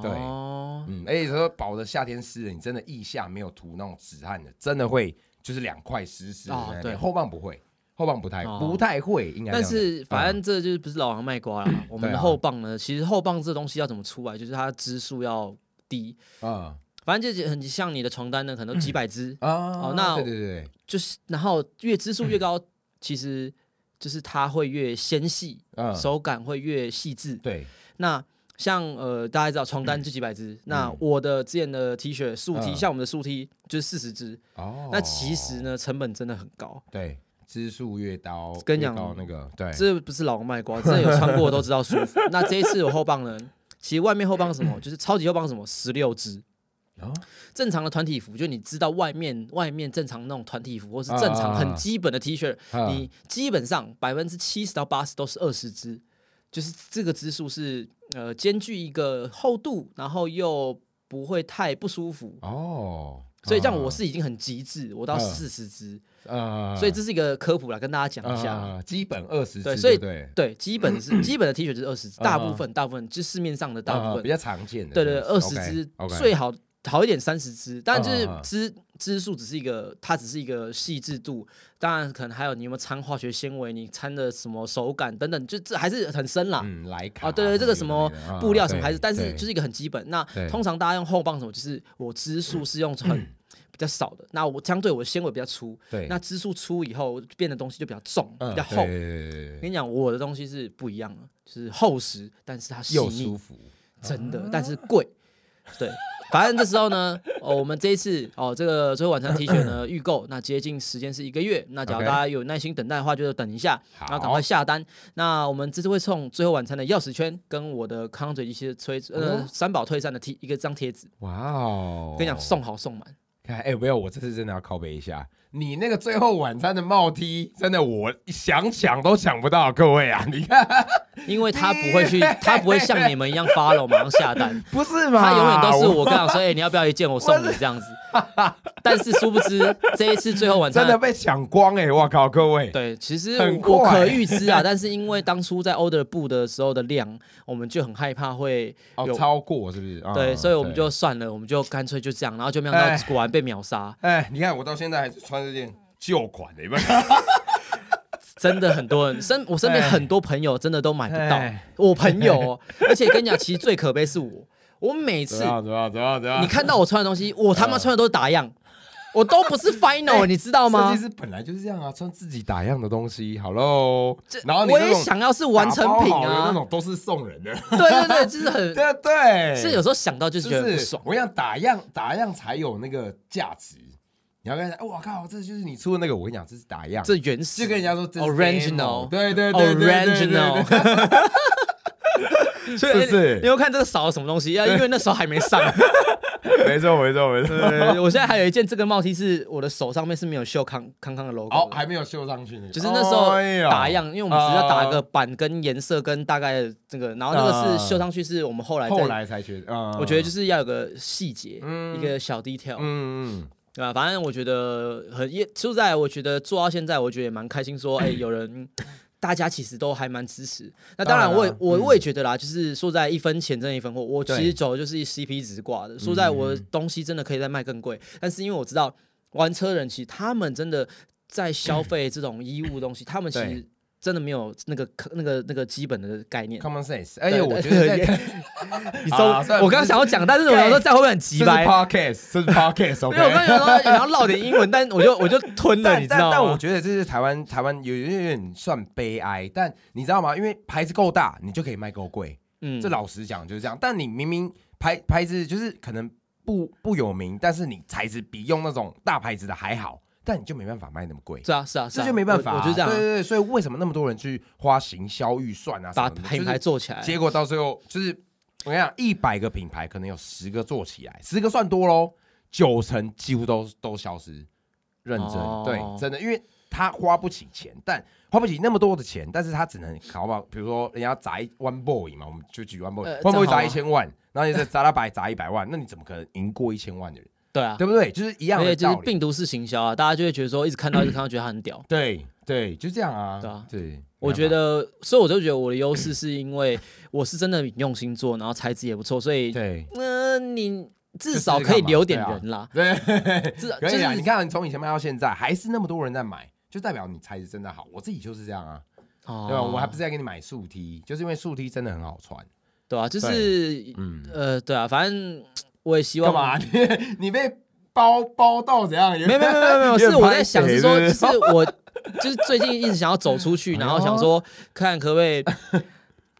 S2: 对
S1: 哦，
S2: 嗯，而且说薄的夏天湿了，你真的腋下没有涂那种止汗的，真的会就是两块湿湿的在那边、
S1: 哦对
S2: 后棒不会，后棒不太、
S1: 哦
S2: 不太会，应该这
S1: 但
S2: 样讲。
S1: 是反正这就是不是老王卖瓜 啦。我们
S2: 对
S1: 的
S2: 啊
S1: 后棒呢，其实后棒这东西要怎么出来，就是它的支数要低，
S2: 嗯
S1: 反正就是很像你的床单呢，可能有几百支，
S2: 啊，
S1: 哦那
S2: 对对对，
S1: 就是然后越支数越高，其实就是它会越纤细，
S2: 嗯，
S1: 手感会越细致。
S2: 对，
S1: 那像呃，大家知道床单就几百只，那我的之前的 T 恤竖 T，、
S2: 嗯
S1: 像我们的竖 T 就是四十只。
S2: 哦，
S1: 那其实呢，成本真的很高。
S2: 对，支数越高，
S1: 跟你讲
S2: 越高那个对，
S1: 这不是老王卖瓜，真的有穿过都知道舒服。那这一次我后棒呢，其实外面后棒是什么，就是超级后棒是什么，十六只。
S2: 哦
S1: 正常的团体服，就你知道外面外面正常那种团体服，或是正常
S2: 啊
S1: 很基本的 T 恤，
S2: 嗯
S1: 你基本上百分之七十到八十都是二十支，就是这个支数是呃兼具一个厚度，然后又不会太不舒服。
S2: 哦，
S1: 所以这样我
S2: 嗯
S1: 是已经很极致，我到
S2: 嗯
S1: 四十支，
S2: 呃，
S1: 所以这是一个科普啦，跟大家讲一下。
S2: 呃基本二十
S1: 对
S2: 支
S1: 所以
S2: 对
S1: 对，基本 是基本的 T 恤就是二十，大部
S2: 嗯
S1: 分大部分就市面上的大
S2: 呃
S1: 部
S2: 比
S1: 分，
S2: 较常见的
S1: 对
S2: 这
S1: 对，
S2: 样子，
S1: 二十支
S2: OK，OK
S1: 最好好一点三十支，但就是
S2: 嗯嗯嗯
S1: 支支数只是一个，它只是一个细致度，当然可能还有你有没有掺化学纤维，你掺的什么手感等等，就这还是很深啦。
S2: 嗯，莱卡
S1: 啊，对对，这个什么
S2: 啊
S1: 布料什么还是，但是就是是一个很基本。那
S2: 对嗯
S1: 通常大家用厚棒什么，就是我支数是用很比较少的，那我相对我的纤维比较粗，
S2: 对
S1: 那支数粗以后变的东西就比较重，比
S2: 嗯
S1: 较
S2: 对
S1: 厚。
S2: 对对对对
S1: 跟你讲，我的东西是不一样的，就是厚实，但是它细
S2: 又
S1: 腻
S2: 舒，服，
S1: 真的，但是贵。对，反正这时候呢，哦，我们这一次哦，这个最后晚餐 T 恤呢预购，那接近时间是一个月，那假如
S2: OK
S1: 大家有耐心等待的话，就等一下，然后赶
S2: 好
S1: 快下单。那我们这次会送最后晚餐的钥匙圈跟我的康嘴一些推呃
S2: 哦
S1: 三宝退散的 T 一个张贴纸，
S2: 哇哦！
S1: 跟你讲送好送满，
S2: 看，哎、没有，我这次真的要拷贝一下你那个最后晚餐的帽 T，真的我想抢都抢不到，各位啊，你看
S1: 因为他不会 去，他不会像你们一样 follow 马上下单。
S2: 不是嘛？
S1: 他永远都是我跟他讲说，哎、你要不要一件我送你这 样子？但是殊不知这一次最后晚餐
S2: 真的被抢光哎、欸！我靠，各位，
S1: 对，其实
S2: 很
S1: 我
S2: 快
S1: 可预知啊， 但是因为当初在 order 部的时候的量，我们就很害怕会
S2: 哦，
S1: 有
S2: 超过是不是？嗯
S1: 对，所以我们就算了，我们就干脆就这样，然后就没想
S2: 哎
S1: 到果然被秒杀，
S2: 哎、你看我到现在还是穿这件旧款的，你们
S1: 真的很 多人身我身边
S2: 哎
S1: 很多朋友真的都买不到
S2: 哎，
S1: 我朋友 哦，而且跟你讲，其实最可悲是我，我每
S2: 怎
S1: 次
S2: 么样？怎么样？怎么样？怎么样？
S1: 你看到我穿的东西，我
S2: 嗯
S1: 他妈穿的都是打样，我都不是
S2: 哎
S1: final，你知道吗？
S2: 设计师本来就是这样啊，穿自己打样的东西，好喽
S1: 这。
S2: 然哦后你
S1: 我也
S2: 那种
S1: 想要是完成品
S2: 打包好的那
S1: 啊，
S2: 种都是送人的，
S1: 对对对，就是很，
S2: 对对，
S1: 是有时候想到就是
S2: 就
S1: 觉得很不
S2: 是
S1: 爽，
S2: 我想打样打样才有那个价值。你要跟人家，我、靠，这就是你出的那个，我跟你讲，这是打样，
S1: 这原始
S2: 就跟人家说这是
S1: original
S2: demo 对对对对对对对
S1: original，
S2: 对
S1: 所
S2: 是不是
S1: 你又看这个少了什么东西？啊，因为那时候还没上。
S2: 没错没错没 错。
S1: 对我现在还有一件这个帽 T 是我的手上面是没有绣康康康的 logo 的
S2: 哦，还没有绣上去那个，
S1: 就是那时候
S2: 哎呀
S1: 打样，因为我们只是要打个版跟颜色跟大概的这个，然后那个是
S2: 啊
S1: 绣上去，是我们后来再
S2: 后来才觉得，嗯
S1: 我觉得就是要有个细节，
S2: 嗯
S1: 一个小 detail，
S2: 嗯嗯
S1: 对吧、反正我觉得很也，说实在，我觉得做到现在，我觉得也蛮开心 说，哎，有人。大家其实都还蛮支持，那当然
S2: 当然
S1: 我也
S2: 啦嗯
S1: 我我也觉得啦，就是说实在一分钱挣一分货，我其实
S2: 对嗯
S1: 走的就是 CP 值挂的。说实在我的东西真的可以再卖更贵，但是因为我知 道玩车人其实他们真的在消费这种衣物东西，他们其实
S2: 对
S1: 真的没有那个那个那个基本的概念。
S2: common sense。而且我觉
S1: 对
S2: 得 在
S1: 对你
S2: 好
S1: 搜
S2: 啦算，了
S1: 我刚刚想要讲，但是我想说这样会不会很
S2: 这
S1: 急
S2: 是
S1: 掰？
S2: podcast，这 是 podcast，
S1: 因为我刚
S2: OK。
S1: 想说想要唠点英文，但我就我就吞了，你
S2: 但
S1: 知道吗？
S2: 但但我觉得这是台湾台湾有有有点算悲哀，但你知道吗？因为牌子够大，你就可以卖够贵。
S1: 嗯
S2: 这老实讲就是这样。但你明明牌牌子就是可能不不有名，但是你材质比用那种大牌子的还好，但你就没办法卖那么贵，
S1: 是啊是啊，是
S2: 这
S1: 啊
S2: 就没办法、
S1: 我
S2: 啊。
S1: 我就这样
S2: 对
S1: 啊
S2: 对对，所以为什么那么多人去花行销预算啊什
S1: 把
S2: 么的？
S1: 品牌
S2: 就是
S1: 做起来。
S2: 结果到最后就是我跟你讲，一百个品牌可能有十个做起来，十个算多喽，九成几乎都都消失。认真，
S1: 哦
S2: 对，真的，因为他花不起钱，但花不起那么多的钱，但是他只能搞不好，比如说人家砸一 one boy 嘛，我们就举 one boy，one、
S1: 呃
S2: boy
S1: 这好
S2: 砸
S1: 啊
S2: 一千万，然后你再砸到百砸一百万，那你怎么可能赢过一千万的人？
S1: 对啊，
S2: 对不对？就是一样
S1: 而
S2: 的
S1: 且就是
S2: 道理。
S1: 病毒式行销啊，大家就会觉得说一直看到一直看到，觉得它很屌。
S2: 对对，就这样啊。
S1: 对啊
S2: 对，
S1: 我觉得，所以我就觉得我的优势是因为我是真的用心做，然后材质也不错，所以
S2: 没办法 对
S1: 嗯、呃你至少可以留点人 啦。
S2: 对。
S1: 至少就
S2: 可以啊，你
S1: 是
S2: 看你从以前卖到现在，还是那么多人在买，就代表你材质真的好。我自己就是这样啊，
S1: 哦
S2: 对吧？我还不是在给你买竖梯，就是因为竖梯真的很好穿。
S1: 对啊，就是
S2: 嗯，
S1: 呃，对啊，反正我也希
S2: 干
S1: 望
S2: 嘛？啊你你被包包到怎样？没
S1: 没有没有没 有没有，
S2: 有点
S1: 是我
S2: 拍
S1: 在想
S2: 谁
S1: 是说，
S2: 对
S1: 就
S2: 不
S1: 是我就是最近一直想要走出去，然后
S2: 哦
S1: 想说看可不可以，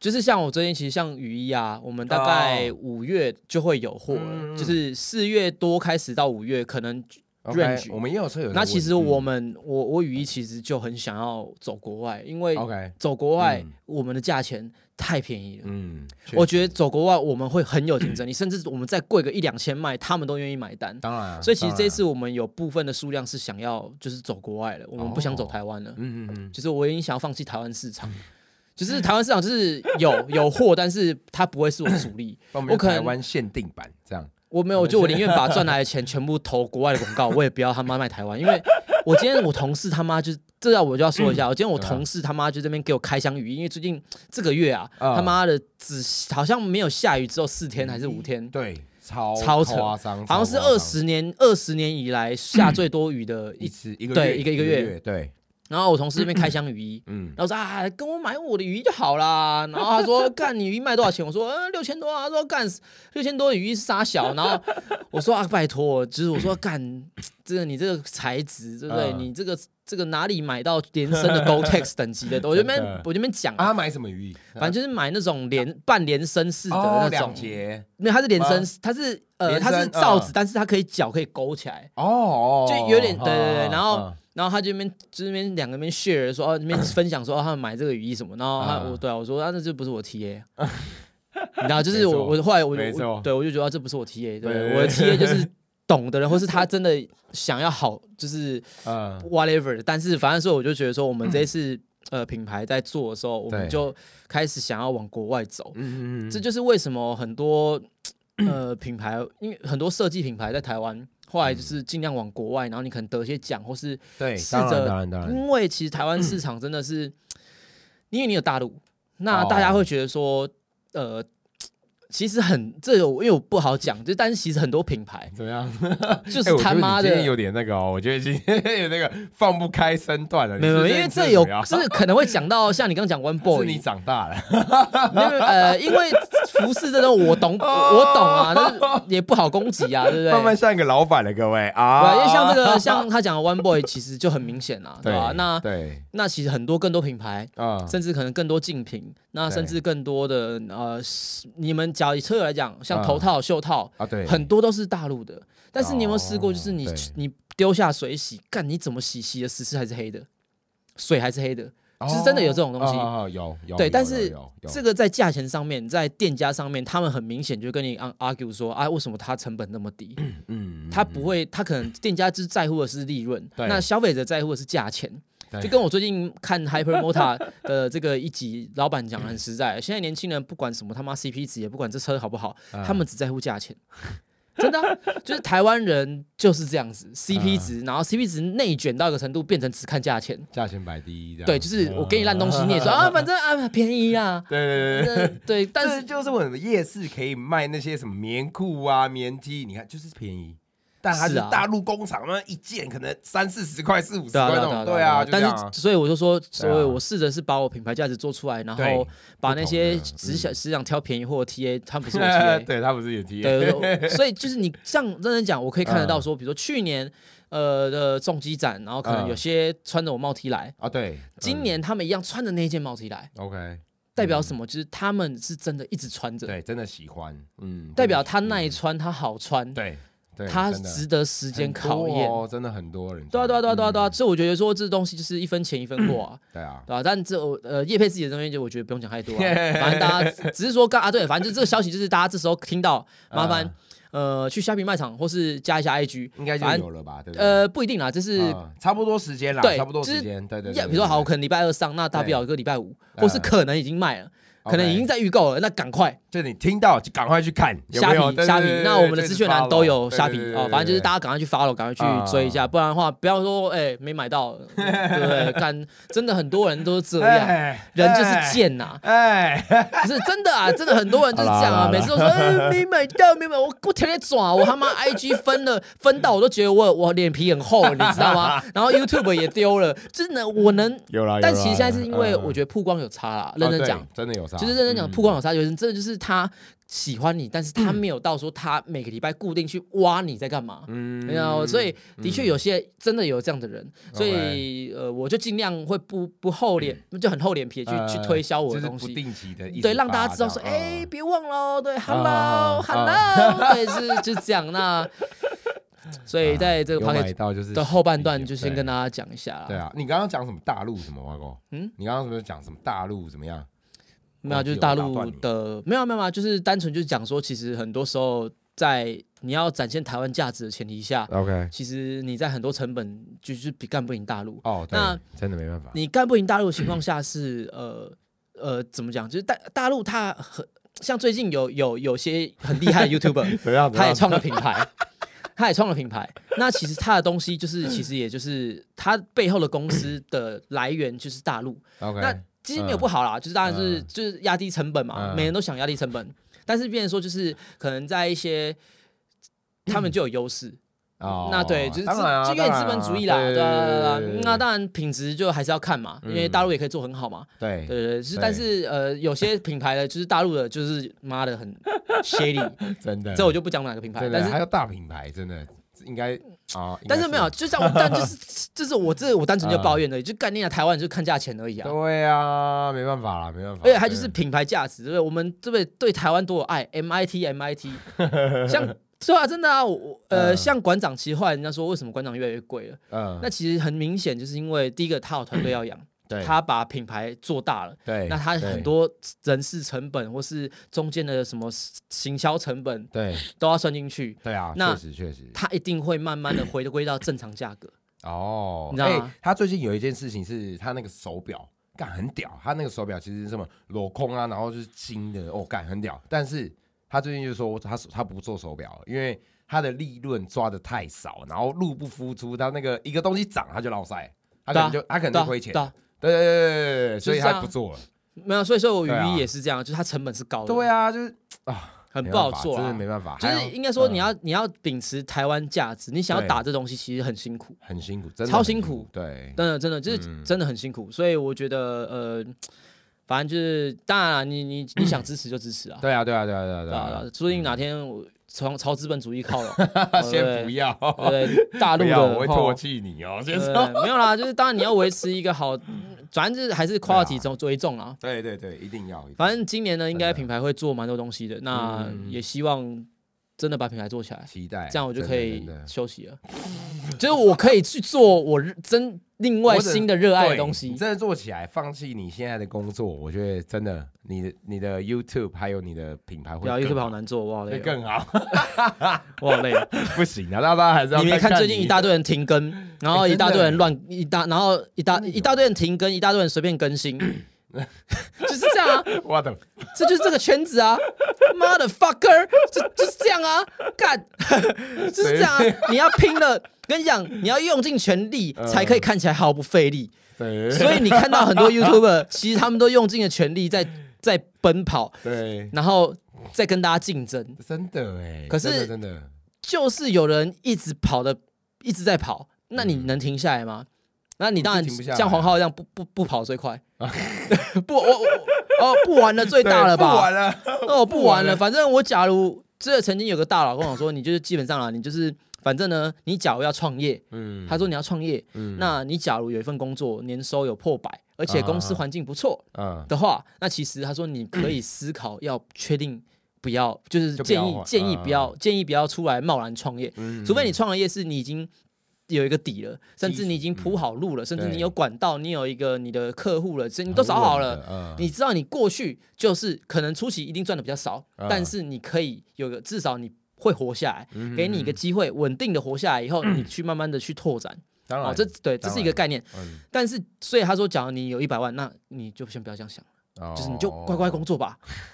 S1: 就是像我最近其实像雨衣啊，我们大概
S2: 哦
S1: 五月就会有货了，
S2: 嗯
S1: 就是四月多开始到五月可能。range
S2: 我们也有车友在问。
S1: 那其实我
S2: 嗯
S1: 们我我雨衣其实就很想要走国外，因为
S2: OK，
S1: 走国外、
S2: 嗯
S1: 我们的价钱太便宜了。
S2: 嗯，确
S1: 我
S2: 实
S1: 觉得走国外我们会很有竞争力，甚至我们再贵个一两千卖，他们都愿意买单。
S2: 当然啊，
S1: 所以其实
S2: 当
S1: 这
S2: 然啊
S1: 次，我们有部分的数量是想要就是走国外了，我们不想走台湾了。
S2: 嗯嗯嗯，
S1: 就是我已经想要放弃台湾市场，
S2: 嗯
S1: 就是台湾市场就是有有货，但是它不会是我的主力。
S2: 帮我们
S1: 我
S2: 用
S1: 可
S2: 台
S1: 能
S2: 湾限定版这样。
S1: 我没有，就我宁愿把赚来的钱全部投国外的广告，我也不要他妈卖台湾，因为我今天我同事他妈就是。这要我就要说一下，我今天我
S2: 对啊
S1: 同事他妈就这边给我开箱雨衣，因为最近这个月啊，
S2: 啊
S1: 他妈的只好像没有下雨，只有四天还是五天，
S2: 对，超
S1: 超扯
S2: 夸张，
S1: 好像是
S2: 嗯超夸张嗯
S1: 二十年二十年以来下最多雨的
S2: 一
S1: 一。
S2: 次一个
S1: 对
S2: 月
S1: 一个一个月
S2: 月，对，
S1: 然后我同事这边开箱雨衣，
S2: 嗯
S1: 然，后我说啊，跟我买我的雨衣就好啦。 然后他说，干你雨衣卖多少钱？我说，呃，六千多啊。他说，干六千多的雨衣是傻小。然后我说啊，拜托，就是我说干，这个你这个材质，对不对？
S2: 嗯
S1: 你这个这个哪里买到连身的 Gore-Tex 等级的？我这边
S2: 真的
S1: 我这边讲啊。
S2: 啊，他买什么雨衣？
S1: 反正就是买那种连半连身式的
S2: 哦
S1: 那种
S2: 两，节
S1: 没有，它是连身
S2: 啊，
S1: 它是呃，
S2: 连
S1: 它是
S2: 身
S1: 罩子
S2: 嗯，
S1: 但是它可以脚可以勾起来，
S2: 哦哦，
S1: 就有点
S2: 哦
S1: 对对对
S2: 哦
S1: 然后
S2: 哦
S1: 然后他就那边就那边两个那边 share 说哦那边分享说哦他们买这个雨衣什么，然后他、
S2: 嗯
S1: 我对啊我说啊那这不是我 TA，然后就是
S2: 没
S1: 我
S2: 错
S1: 我后来我
S2: 没
S1: 就我
S2: 错
S1: 对我就觉得、啊这不是我 TA，对不对
S2: 对
S1: 我的 TA 就是懂的人，或是他真的想要好就是
S2: 嗯
S1: whatever，但是反正说我就觉得说我们这一次、呃品牌在做的时候，我们
S2: 对
S1: 就开始想要往国外走，
S2: 嗯嗯嗯，
S1: 这就是为什么很多呃品牌，因为很多设计品牌在台湾。后来就是尽量往国外，然后你可能得一些奖，或是
S2: 对，
S1: 试
S2: 当
S1: 着
S2: 然当然当然，
S1: 因为其实台湾市场真的是， 因为你有大陆，那
S2: 哦
S1: 大家会觉得说，呃，其实很这个我，因为我不好讲，就但是其实很多品牌
S2: 怎么样？
S1: 就
S2: 哎
S1: 是
S2: 我觉
S1: 他
S2: 得你
S1: 妈的
S2: 今，天有点那个哦，我觉得今天有那个放不开身段了。
S1: 没有，没
S2: 你是
S1: 有因为
S2: 认真
S1: 这有
S2: 怎么样
S1: 这可能会讲到像你刚刚讲 One
S2: 是你
S1: Boy，
S2: 长大了，
S1: 没有没有呃，因为服饰这种我懂，我懂啊， 但是也不好攻击啊，对不对？
S2: 慢慢像一个老板了，各位
S1: 对啊，
S2: 啊。
S1: 因为像这 个，像他讲的 One Boy，其实就很明显啊啦，对吧、那
S2: 对
S1: 那其实很多更多品牌，
S2: 啊，
S1: 甚至可能更多竞品，那
S2: 对
S1: 甚至更多的呃，是你们假以车友来讲，像头
S2: 嗯
S1: 套、袖套，
S2: 啊对，
S1: 很多都是大陆的。但是你有没有试过，
S2: 哦
S1: 就是你
S2: 对
S1: 你丢下水洗，干你怎么洗，洗的十次还是黑的，水还是黑的。就是真的有这种东西
S2: 哦哦哦有有
S1: 对
S2: 有
S1: 但
S2: 有
S1: 是
S2: 有有
S1: 这个在价钱上面，在店家上面，他们很明显就跟你 ar- argue 说，啊，为什么它成本那么低？
S2: 嗯，嗯
S1: 他不会，他可能店家只在乎的是利润，
S2: 对
S1: 那消费者在乎的是价钱。
S2: 对
S1: 就跟我最近看 Hypermota 的这个一集，老板讲的很实在，现在年轻人不管什么他妈 CP 值，也不管这车好不好，
S2: 嗯
S1: 他们只在乎价钱。 真的啊、就是台湾人就是这样子，CP 值，
S2: 嗯
S1: 然后 CP 值内卷到一个程度，变成只看价钱。
S2: 价钱摆第一这样，
S1: 对，就是我给你烂东西，你 也说啊，反正啊便宜啊，
S2: 对对对对。
S1: 那对，但
S2: 这
S1: 是
S2: 就是我们夜市可以卖那些什么棉裤啊、棉 T，你看就是便宜，但它是
S1: 是啊
S2: 大陆工厂，那一件可能三四十块、四五十
S1: 对啊，
S2: 块那
S1: 对
S2: 种，
S1: 啊，
S2: 对
S1: 对
S2: 啊，
S1: 啊，
S2: 就这
S1: 但
S2: 样啊
S1: 是所以我就说，所
S2: 对
S1: 以
S2: 啊
S1: 我试着是把我品牌价值做出来，然
S2: 对
S1: 后把那些
S2: 不同的嗯
S1: 只想只想挑便宜货的 TA，他们不是我
S2: 对
S1: TA，
S2: 对，它嗯不是也 T，
S1: 对，我所以就是你这样认真讲，我可以看得到说，比如说去年呃的重机展，然后可能
S2: 嗯
S1: 有些穿着我帽 T 来，
S2: 啊，对，
S1: 今
S2: 嗯
S1: 年他们一样穿着那件帽 T 来，
S2: OK，
S1: 代表什么？就是他们是真的一直穿着，
S2: 对，真的喜欢，嗯，
S1: 代
S2: 真的
S1: 表
S2: 喜
S1: 他耐穿，他好穿，
S2: 对对，
S1: 他
S2: 真的
S1: 值得时间
S2: 很
S1: 考
S2: 多
S1: 验。
S2: 哦，真的很多人，
S1: 对啊，对啊，对啊，对啊，对啊！
S2: 嗯，
S1: 所以我觉得说这东西就是一分钱一分货啊。
S2: 对啊，
S1: 对吧、但这我呃，叶佩自己的东西，就我觉得不用讲太 多、啊，反正大家只是说刚啊，对，反正就这个消息就是大家这时候听到，麻
S2: 啊
S1: 烦、呃去虾皮卖场或是加一下 IG，
S2: 应该就
S1: 反正
S2: 有了吧，对不对？
S1: 呃不一定啦，就是、
S2: 嗯差不多时间啦，
S1: 对
S2: 差不多
S1: 就
S2: 时
S1: 是
S2: 间，对对对
S1: 要
S2: 对
S1: 比如说好，我
S2: 对
S1: 可能礼拜二上，那大不了一个礼拜五，或是
S2: 嗯
S1: 可能已经卖了，可
S2: OK
S1: 能已经在预购了，那赶快
S2: 就你听到就赶快去看有
S1: 虾
S2: 没有
S1: 皮虾皮，那我们的资讯栏都有虾皮哦，反正就是。
S2: 对对对对对对对对对对对对对啊
S1: 大家赶快去 follow，赶快去追一下，不然的话不要说哎、没买到，对不 对？干真的很多人都是这样，
S2: 哎
S1: 人就是贱呐、
S2: 哎，哎
S1: 不是真的啊，真的很多人就是这样
S2: 好啦好
S1: 啊
S2: 啦，
S1: 每次 都说、哎没买到，没买，我我天天转，我他妈 IG 分了分到我都觉得我我脸皮很厚，你知道 吗？然后 YouTube 也丢了，真的我能，
S2: 有啦，有啦
S1: 但其实现在是因为
S2: 嗯
S1: 我觉得曝光有差啦，认真
S2: 哦
S1: 讲
S2: 对，真的有差，
S1: 就是认真讲
S2: 嗯
S1: 曝光有差，有人真的就是他喜欢你，但是他没有到说他每个礼拜固定去挖你在干嘛。
S2: 嗯
S1: 没有，所以的确有些真的有这样的人，所
S2: OK
S1: 以呃，我就尽量会不不厚脸，就很厚脸皮地去、去
S2: 呃
S1: 推销我
S2: 嗯就
S1: 的
S2: 是
S1: 东西，
S2: 不定期的，
S1: 对，让大家知道说，
S2: 这样
S1: 哎、
S2: 嗯
S1: 别忘了哦，对
S2: 啊
S1: ，hello
S2: 啊啊
S1: hello，对， 是就是这样。那所以在这个 p o
S2: 啊有
S1: c
S2: 买
S1: k e
S2: 到就是
S1: t 的后半段，就先
S2: 对
S1: 跟大家讲一下
S2: 对
S1: 啦。
S2: 啊，你刚刚讲什么大陆什么外国？嗯
S1: 嗯，
S2: 你刚刚是不是讲什么大陆怎么样？
S1: 没有，啊就是
S2: 我
S1: 大
S2: 打断
S1: 陆
S2: 你
S1: 的，没有没有没有，就是单纯就是讲说，其实很多时候在你要展现台湾价值的前提下，
S2: OK，
S1: 其实你在很多成本就是比干不赢大陆。
S2: 哦，对
S1: 那，
S2: 真的没办法，
S1: 你干不赢大陆的情况下是呃呃怎么讲？就是大大陆它很像最近有有有些很厉害的 YouTuber，
S2: 怎样？
S1: 他也创了品牌， 他也创了品牌。那其实他的东西
S2: 嗯
S1: 就是，其实也就是他背后的公司的来源就是大陆。
S2: OK，
S1: 那其实没有不好啦，就是当然是、
S2: 嗯
S1: 就是压低成本嘛，
S2: 嗯
S1: 每人都想压低成本，但是变成说就是可能在一些。他们就有优势，
S2: 哦
S1: 那对，就是资
S2: 当然啊
S1: 就因为资本主义啦，
S2: 当
S1: 对啊
S2: 然
S1: 对
S2: 啊
S1: 啊对啊
S2: 对
S1: 那当然品质就还是要看嘛，因为大陆也可以做很好嘛，
S2: 对
S1: 对对对。就是
S2: 嗯对
S1: 但是呃，有些品牌的就是大陆的，就是妈的很 shady，
S2: 对真的，
S1: 这我就不讲哪个品牌，
S2: 真
S1: 但
S2: 的
S1: 是
S2: 还有大品牌，真的应该啊，应该
S1: 但是没有，，就像我，但就是 就是我这我单纯就抱怨而已，
S2: 嗯
S1: 就概念啊，台湾就是看价钱而已啊。
S2: 对啊，没办法啦，没办法，
S1: 而且它就是
S2: 对
S1: 品牌价值，对不对？我们对不对？对台湾多有爱，MIT MIT，像对啊，真的啊，我我呃，
S2: 嗯
S1: 像馆长，其实后来人家说为什么馆长越来越贵了？
S2: 嗯，
S1: 那其实很明显，就是因为第一个他有团队要养，
S2: 对
S1: 他把品牌做大了，
S2: 对，
S1: 那他
S2: 对
S1: 很多人事成本或是中间的什么行销成本
S2: 对
S1: 都要算进去，
S2: 对啊，
S1: 那
S2: 确实确实
S1: 他一定会慢慢的回归到正常价格。
S2: 哦，
S1: 你知道
S2: 哎
S1: 吗
S2: 他最近有一件事情是他那个手表。干很屌，他那个手表其实是什么镂空啊，然后就是金的哦，干很屌。但是他最近就说他他不做手表了，因为他的利润抓的太少，然后入不敷出，他那个一个东西涨他就落塞，他可能就、他可
S1: 对
S2: 能就
S1: 啊
S2: 亏钱，
S1: 对啊
S2: 对对对对对对，所以
S1: 就是这
S2: 他
S1: 样
S2: 不做了。
S1: 没有，所以说我
S2: 对啊
S1: 鱼也是这样，就是它成本是高的，
S2: 对
S1: 啊，
S2: 啊，就是啊，
S1: 很
S2: 没
S1: 不好
S2: 办法
S1: 做
S2: 真的
S1: 啊。
S2: 没办法，
S1: 就
S2: 还
S1: 是
S2: 好
S1: 应该说你
S2: 嗯
S1: 要、你要秉持台湾价值，你想要
S2: 对
S1: 打这东西其实很辛苦，
S2: 很辛苦，真的
S1: 超
S2: 很
S1: 辛
S2: 苦
S1: 苦，
S2: 对，
S1: 真的真的就是
S2: 嗯
S1: 真的很辛苦，所以我觉得呃，反正就是当然啦，你你你想支持就支持啊，
S2: 对啊，对啊，对啊，对啊，
S1: 对
S2: 对
S1: 啊，
S2: 啊
S1: 对啊说不定哪天我朝朝资本主义靠 拢，
S2: 那
S1: 对不
S2: 先不
S1: 对
S2: 要，
S1: 对对大
S2: 不
S1: 陆的
S2: 要，我会
S1: 吼
S2: 唾弃你哦，先
S1: 对
S2: 生。
S1: 没有啦，就是当然你要维持一个好，嗯反正就是还是
S2: 对啊
S1: quality 中追重啊，
S2: 对对对，一定要，
S1: 反正今年呢，应该
S2: 真的
S1: 品牌会做蛮多东西的，那
S2: 嗯
S1: 也希望真的把品牌做起来，
S2: 期待，
S1: 这样我就
S2: 真
S1: 可
S2: 的
S1: 以
S2: 真的
S1: 休息了。就是我可以去做我热真另外
S2: 或者
S1: 新的热爱的
S2: 对
S1: 东
S2: 你
S1: 西。
S2: 真的做起来，放弃你现在的工作，我觉得真的，你的你的 YouTube 还有你的品牌
S1: 不
S2: 会
S1: 要
S2: 更
S1: 啊 YouTube 好难做，我好累
S2: 会
S1: 哦，
S2: 更好，
S1: 我好累哦。
S2: 不行啊，那大家还是要
S1: 你没
S2: 看
S1: 看最近一大堆人停更，然后一大堆
S2: 真
S1: 人
S2: 的
S1: 乱一大，然后一大
S2: 真的有
S1: 一大堆人停更，一大堆人随便更 新，就是这样啊，
S2: 我的
S1: 这就是这个圈子啊， 妈的 fucker，就就是这样啊，干， 就是这样啊， 你要拼了。跟你讲，你要用尽全力才可以看起来毫不费力。
S2: 嗯对
S1: 所以你看到 很多 YouTuber，其实他们都用尽了全力在在奔跑，
S2: 对，
S1: 然后再跟大家竞争。
S2: 真的哎，
S1: 可是
S2: 真的真的
S1: 就是有人一直跑的，一直在跑，那你能停下来吗？那你当然
S2: 你就停不下来
S1: 像黄浩一样不不不跑最 快，不我我我哦不玩了最大了吧？
S2: 不玩了，
S1: 那我哦不玩
S2: 不玩
S1: 了，
S2: 了
S1: 反正我假如这曾经有个大佬跟我说，你就是基本上啊，你就是反正呢，你假如要创业，
S2: 嗯
S1: 他说你要创业，
S2: 嗯
S1: 那你假如有一份工作年收有破百，而且公司
S2: 啊
S1: 环境不错
S2: 嗯
S1: 的话，那其实他说你可以思考要确定不要，就是
S2: 就不
S1: 建
S2: 要
S1: 议
S2: 换
S1: 建议不
S2: 啊
S1: 要建议不要出来贸然创业，
S2: 嗯
S1: 除非你创了业是你已经。有一个底了，甚至你已经铺好路了，甚至你
S2: 嗯对
S1: 有管道，你有一个你的客户了，这你都找好了，，
S2: 嗯
S1: 你知道你过去就是可能初期一定赚的比较少，
S2: 啊
S1: 但是你可以有个至少你会活下来，
S2: 嗯
S1: 给你一个机会，稳定的活下来 以后，你去慢慢的去拓展。
S2: 啊当
S1: 哦
S2: 然，
S1: 这对这是一个概念。
S2: 嗯
S1: 但是所以他说，假如你有一百万，那你就先不要这样想，
S2: 哦
S1: 就是你就乖乖工作吧。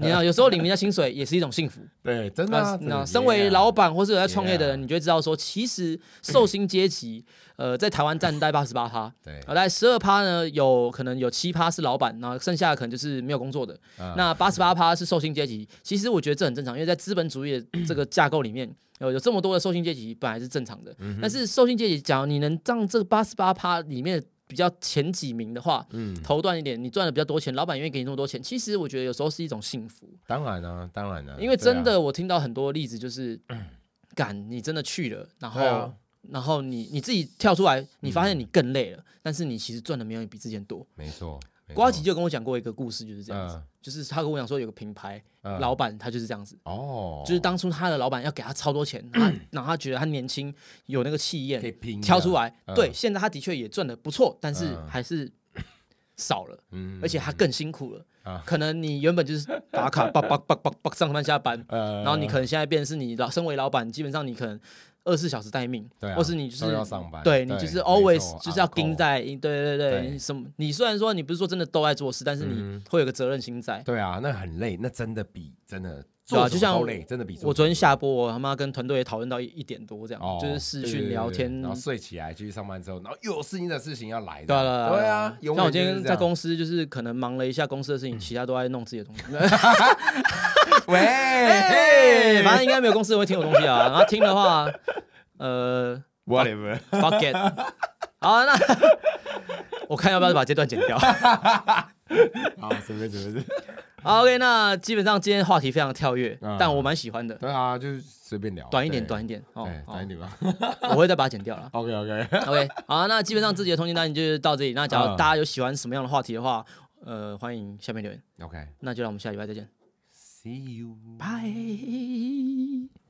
S1: 你要有时候领人家薪水也是一种幸 福。
S2: 对，真的啊
S1: 那，
S2: 真的
S1: 那身为老板或是有在创业的
S2: Yeah
S1: 人，你就会知道说，其实寿星阶级，呃，在台湾占大概八十八趴。
S2: 对
S1: 啊，大概十二趴呢，有可能有七趴是老板，然后剩下的可能就是没有工作的。
S2: 啊
S1: 那八十八趴是受薪阶级，其实我觉得这很正常，因为在资本主义 的这个架构里面，有有这么多的受薪阶级本来是正常的。
S2: 嗯
S1: 但是受薪阶级，假如你能让这八十八趴里面比较前几名的话，
S2: 嗯，
S1: 头段一点，你赚的比较多钱，老板愿意给你那么多钱，其实我觉得有时候是一种幸福，
S2: 当然啊，当然啊，
S1: 因为
S2: 对啊嗯
S1: 真的我听到很多例子就是，敢你真的去了，然后、
S2: 对啊嗯
S1: 然后你你自己跳出来，你发现你更累了，但是你其实赚的没有你比之前多。
S2: 啊没错，没
S1: 瓜
S2: 错
S1: 吉就跟我讲过一个故事，就是这样子，就是他跟我讲说有个品牌、
S2: 嗯
S1: 老板他就是这样子，
S2: 哦，
S1: 就是当初他的老板要给他超多钱，然 后他然后他觉得他年轻有那个气
S2: 可以
S1: 焰，
S2: 拼
S1: 挑出
S2: 来，
S1: 来，
S2: 嗯
S1: 对，现在他的确也赚的不错，但是
S2: 嗯
S1: 还是少了。
S2: 嗯
S1: 而且他更辛苦了。
S2: 啊
S1: 可能你原本就是打 卡，叭叭叭叭叭上班下班，
S2: 呃
S1: 然后你可能现在变成是你老身为老板，基本上你可能二十四小时待命，
S2: 对啊
S1: 或是你就是
S2: 都要上班
S1: 对你
S2: 对
S1: 就是
S2: 没
S1: always
S2: 错
S1: 就是要
S2: on call
S1: 盯在，对对对，
S2: 对
S1: 你什么？你虽然说你不是说真的都在做事，但是你会有个责任心在。
S2: 对啊，那很累，那真的比真的
S1: 对啊
S2: 做
S1: 就
S2: 什么
S1: 像
S2: 都累，真的比做
S1: 我昨天
S2: 什么
S1: 下播，我他妈跟团队也讨论到一一点多这样，
S2: 都累哦，
S1: 就是视
S2: 对
S1: 讯
S2: 对
S1: 聊
S2: 对
S1: 天，
S2: 然后睡起来继续上班之后，然后又有事情的事情要来，
S1: 对啊
S2: 这样
S1: 对
S2: 对啊，永
S1: 像我
S2: 远
S1: 今
S2: 就
S1: 天
S2: 是
S1: 在
S2: 这样
S1: 公司，就是可能忙了一下公司的事情，其他都在弄自己的东西。
S2: 喂，
S1: 哎，反正应该没有公司人会听我东西啊。然后听的话，呃
S2: whatever，
S1: ，fuck it。好 啊，那我看要不要把这段剪掉。
S2: 好，啊随便随便随便，
S1: 好，OK，那基本上今天话题非常跳跃
S2: 嗯，
S1: 但我蛮喜欢的，
S2: 对啊，就是随便聊，
S1: 短一点，
S2: 对
S1: 短一点哦
S2: 对，，短一
S1: 哦
S2: 点吧。
S1: 我会再把它剪掉了
S2: ，OK OK，
S1: OK，好啊，那基本上自己的通勤单元就是到这里。那假如
S2: 嗯
S1: 大家有喜欢什么样的话题的话，呃，欢迎下面留言。
S2: OK，
S1: 那就让我们下礼拜再见，
S2: See you.
S1: 拜。